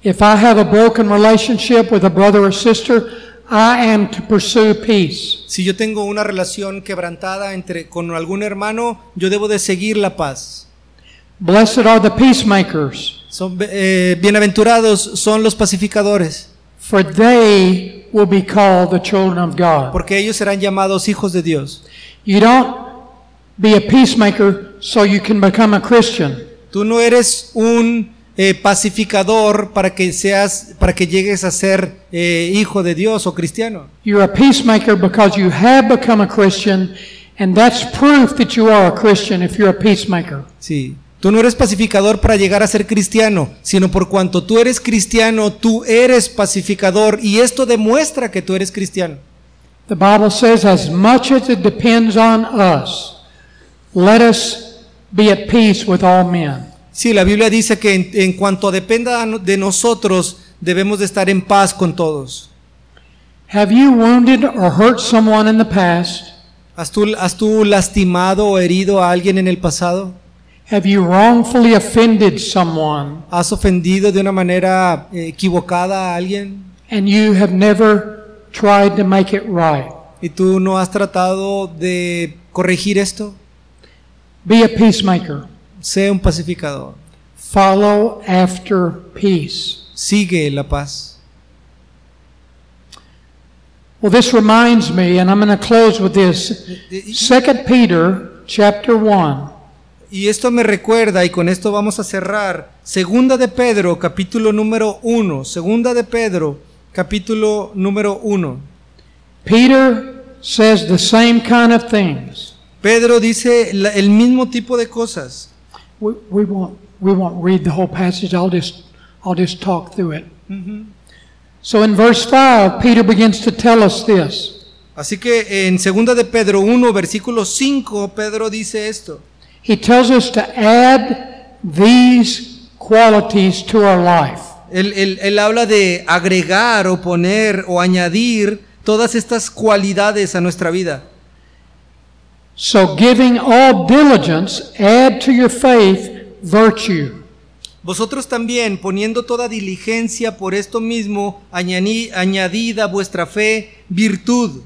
If I have a broken relationship with a brother or sister, I am to pursue peace.
Si yo tengo una relación quebrantada entre con algún hermano, yo debo de seguir la paz.
Blessed are the peacemakers,
Son eh, bienaventurados son los pacificadores,
for they will be called the children of God.
porque ellos serán llamados hijos de Dios.
You don't be a peacemaker so you can become a Christian.
Tú no eres un eh, pacificador para que seas, para que llegues a ser eh, hijo de Dios o cristiano.
You're a peacemaker because you have become a Christian, and that's proof that you are a Christian if you're a peacemaker.
Sí. Tú no eres pacificador para llegar a ser cristiano, sino por cuanto tú eres cristiano, tú eres pacificador y esto demuestra que tú eres cristiano.
The Bible says, as much as it depends on us, let us be at peace with all men.
Sí, la Biblia dice que en, en cuanto dependa de nosotros, debemos de estar en paz con todos.
Have you wounded or hurt someone in the past?
¿Has tú, has tú lastimado o herido a alguien en el pasado?
Have you wrongfully offended someone
¿Has ofendido de una manera eh, equivocada a alguien?
and you have never tried to make it right?
¿Y tú no has tratado de corregir esto?
Be a peacemaker.
Sé un pacificador.
Follow after peace.
Sigue la paz.
Well, this reminds me, and I'm going to close with this.
Y-
Second Peter chapter 1.
Y esto me recuerda, y con esto vamos a cerrar, Segunda de Pedro, capítulo número 1. Segunda de Pedro, capítulo número 1.
Peter says the same kind of things.
Pedro dice la- el mismo tipo de cosas.
We, we won't we won't read the whole passage. I'll just I'll just talk through it. So in verse five, Peter begins to tell us this.
Así que en Segunda de Pedro 1, versículo 5, Pedro dice esto.
He tells us to add these qualities to our life.
Él, él- él habla de agregar o poner o añadir todas estas cualidades a nuestra vida.
So giving all diligence, add to your faith virtue,
Vosotros también, poniendo toda diligencia por esto mismo, añani- añadida a vuestra fe, virtud.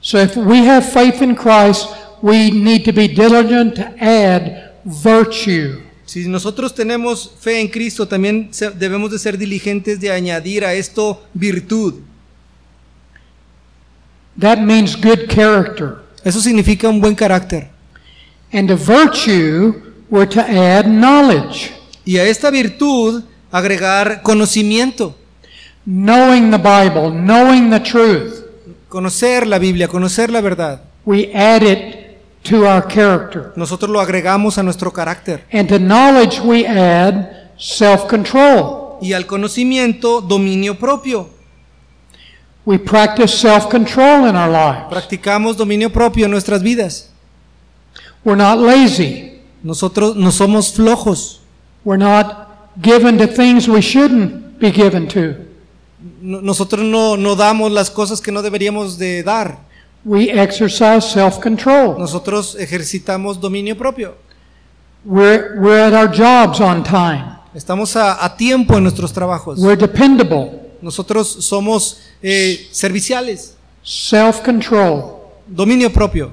So if we have faith in Christ, we need to be diligent to add virtue.
Si nosotros tenemos fe en Cristo, también se- debemos de ser diligentes de añadir a esto virtud.
That means good character.
Eso significa un buen carácter.
And to virtue, we're to add knowledge,
Y a esta virtud agregar conocimiento,
knowing the Bible, knowing the truth.
conocer la Biblia, conocer la verdad.
We add it to our character.
Nosotros lo agregamos a nuestro carácter.
And to knowledge, we add self control.
Y al conocimiento, dominio propio.
We practice self control in our lives.
Practicamos dominio propio en nuestras vidas.
We're not lazy.
Nosotros no somos flojos.
We're not given to things we shouldn't be given to.
No- Nosotros no, no damos las cosas que no deberíamos de dar.
We exercise self control.
Nosotros ejercitamos dominio propio.
We're, we're at our jobs on time.
Estamos a, a tiempo en nuestros trabajos.
We're dependable,
Nosotros somos eh, serviciales,
self control.
dominio propio.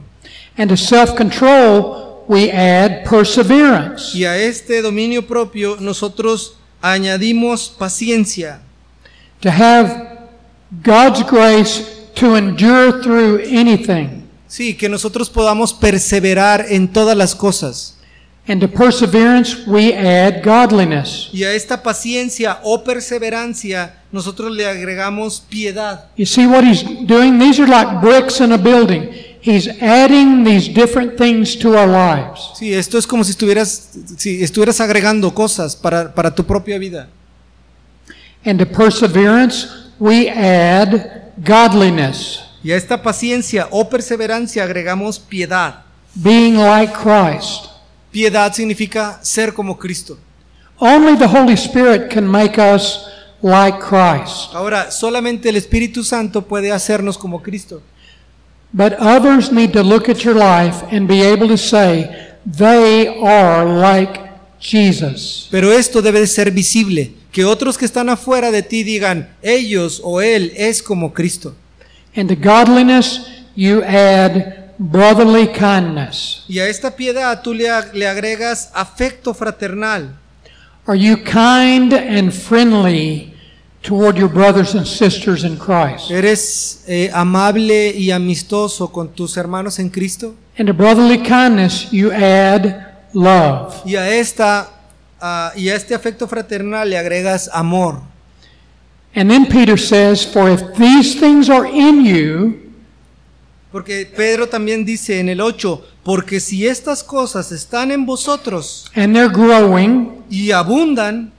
And to self control, we add perseverance.
Y a este dominio propio nosotros añadimos paciencia.
To have God's grace to endure through anything.
Sí, que nosotros podamos perseverar en todas las cosas.
And to perseverance, we add godliness.
Y a esta paciencia o perseverancia nosotros le agregamos piedad.
You see what he's doing? These are like bricks in a building. He's adding these different things to our lives.
Sí, esto es como si estuvieras, si estuvieras agregando cosas para, para tu propia vida.
And to perseverance, we add godliness,
Y a esta paciencia o perseverancia agregamos piedad.
being like Christ.
Piedad significa ser como Cristo.
Only the Holy Spirit can make us like Christ.
Ahora, solamente el Espíritu Santo puede hacernos como Cristo.
But others need to look at your life and be able to say, they are like Jesus.
Pero esto debe de ser visible, que otros que están afuera de ti digan, ellos o él es como Cristo.
And to godliness, you add brotherly kindness.
Y a esta piedad tú le, ag- le agregas afecto fraternal.
Are you kind and friendly toward your brothers and sisters in Christ?
¿Eres eh, amable y amistoso con tus hermanos en Cristo?
And to brotherly kindness, you add love.
Y a, esta, ah, y a este afecto fraternal le agregas amor.
And then Peter says, For if these things are in you,
Porque Pedro también dice en el 8, porque si estas cosas están en vosotros
and they're growing,
y abundan,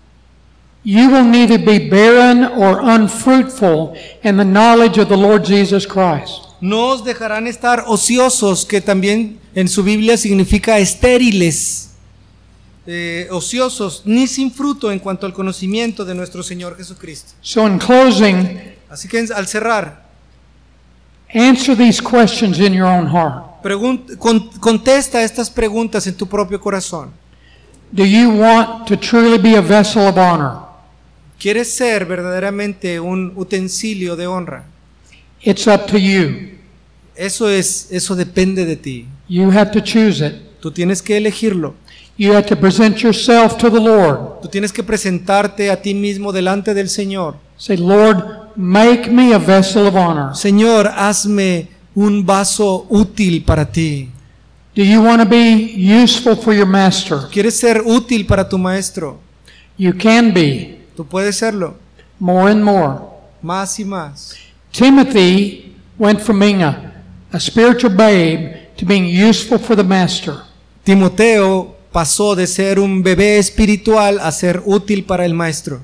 you will neither be barren or unfruitful in the knowledge of the Lord Jesus Christ.
No os dejarán estar ociosos, que también en su Biblia significa estériles,
eh, ociosos, ni sin fruto en cuanto al conocimiento de nuestro Señor Jesucristo.
So, in closing,
Así que en- al cerrar,
answer these questions in your own heart.
Pregun- con- contesta estas preguntas en tu propio corazón.
Do you want to truly be a vessel of honor?
¿Quieres ser verdaderamente un utensilio de honra?
It's up to you.
Eso es, eso depende de ti.
You have to choose it.
Tú tienes que elegirlo.
You have to present yourself to the Lord.
Tú tienes que presentarte a ti mismo delante del Señor.
Say, Lord, make me a vessel of honor.
Señor, hazme un vaso útil para ti.
Do you want to be useful for your master?
¿Quieres ser útil para tu maestro?
You can be
Tú puedes serlo.
more and more.
más y más.
Timothy went from being a, a spiritual babe to being useful for the master.
Timoteo pasó de ser un bebé espiritual a ser útil para el maestro.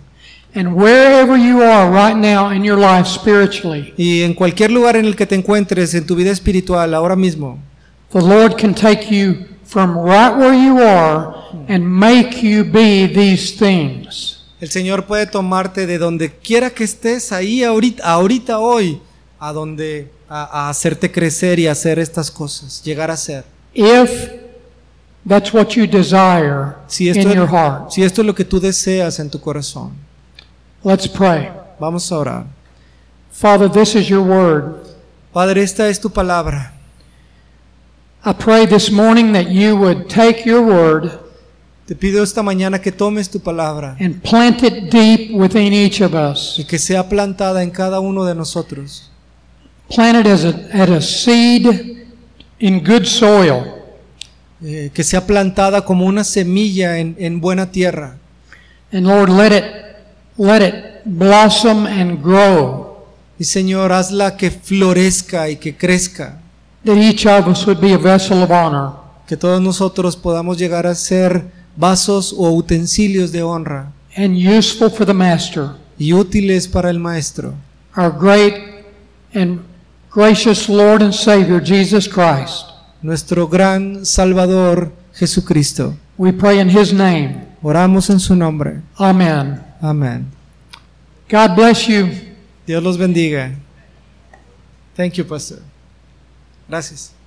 And wherever you are right now in your life spiritually,
Y en cualquier lugar en el que te encuentres en tu vida espiritual ahora mismo,
the Lord can take you from right where you are and make you be these things.
el Señor puede tomarte de donde quiera que estés ahí ahorita, ahorita hoy, a donde a, a hacerte crecer y hacer estas cosas, llegar a ser.
If that's what you desire
Si esto,
in your heart.
si esto es lo que tú deseas en tu corazón,
Let's pray.
vamos a orar.
Father, this is your word.
Padre, esta es tu palabra.
I pray this morning that you would take your word
Te pido esta mañana que tomes tu palabra
and plant it deep within each of us.
y que sea plantada en cada uno de nosotros.
Plant it as a, at a seed in good soil
eh, que sea plantada como una semilla en, en buena tierra.
and Lord let it let it blossom and grow
Y Señor, hazla que florezca y que crezca,
that each of us would be a vessel of honor.
que todos nosotros podamos llegar a ser vasos o utensilios de honra
and useful for the master,
y útiles para el Maestro,
our great and gracious Lord and Savior, Jesus Christ.
nuestro gran Salvador Jesucristo.
We pray in His name.
Oramos en su nombre.
Amen.
Amén.
God bless you.
Dios los bendiga. Thank you, Pastor. Gracias.